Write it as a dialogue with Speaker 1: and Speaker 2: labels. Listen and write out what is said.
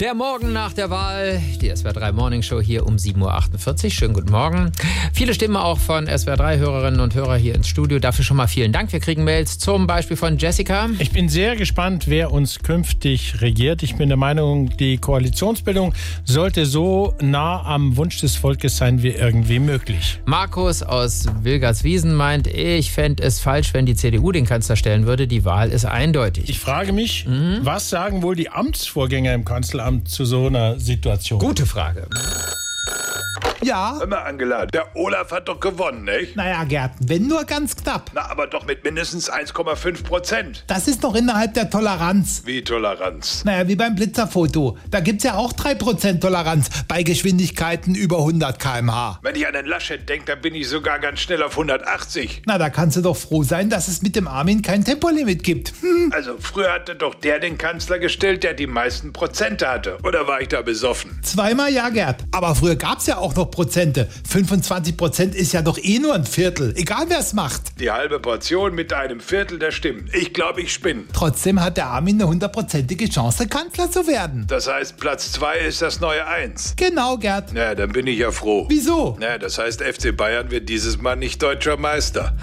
Speaker 1: Der Morgen nach der Wahl, die SWR 3 Morning Show hier um 7.48 Uhr. Schönen guten Morgen. Viele Stimmen auch von SWR 3 Hörerinnen und Hörer hier ins Studio. Dafür schon mal vielen Dank. Wir kriegen Mails zum Beispiel von Jessica.
Speaker 2: Ich bin sehr gespannt, wer uns künftig regiert. Ich bin der Meinung, die Koalitionsbildung sollte so nah am Wunsch des Volkes sein wie irgendwie möglich.
Speaker 1: Markus aus Wilgerswiesen meint, ich fände es falsch, wenn die CDU den Kanzler stellen würde. Die Wahl ist eindeutig.
Speaker 2: Ich frage mich, was sagen wohl die Amtsvorgänger im Kanzleramt zu so einer Situation?
Speaker 1: Gute Frage.
Speaker 3: Ja,
Speaker 4: Hör mal, Angela, der Olaf hat doch gewonnen, nicht?
Speaker 3: naja, Gerd, wenn nur ganz knapp.
Speaker 4: Na, aber doch mit mindestens 1,5 Prozent.
Speaker 3: Das ist noch innerhalb der Toleranz.
Speaker 4: Wie Toleranz.
Speaker 3: Naja, wie beim Blitzerfoto. Da gibt's ja auch 3% Toleranz bei Geschwindigkeiten über 100 km/h.
Speaker 4: Wenn ich an den Laschet denke, dann bin ich sogar ganz schnell auf 180.
Speaker 3: Na, da kannst du doch froh sein, dass es mit dem Armin kein Tempolimit gibt. Hm.
Speaker 4: Also, früher hatte doch der den Kanzler gestellt, der die meisten Prozente hatte. Oder war ich da besoffen?
Speaker 3: Zweimal ja, Gerd. Aber früher gab's ja auch noch Prozente. 25% ist ja doch eh nur ein Viertel. Egal wer's macht.
Speaker 4: Die halbe Portion mit einem Viertel der Stimmen. Ich glaube, ich spinne.
Speaker 3: Trotzdem hat der Armin eine hundertprozentige Chance, Kanzler zu werden.
Speaker 4: Das heißt, Platz 2 ist das neue 1.
Speaker 3: Genau, Gerd.
Speaker 4: Na, dann bin ich ja froh.
Speaker 3: Wieso?
Speaker 4: Na, das heißt, FC Bayern wird dieses Mal nicht deutscher Meister.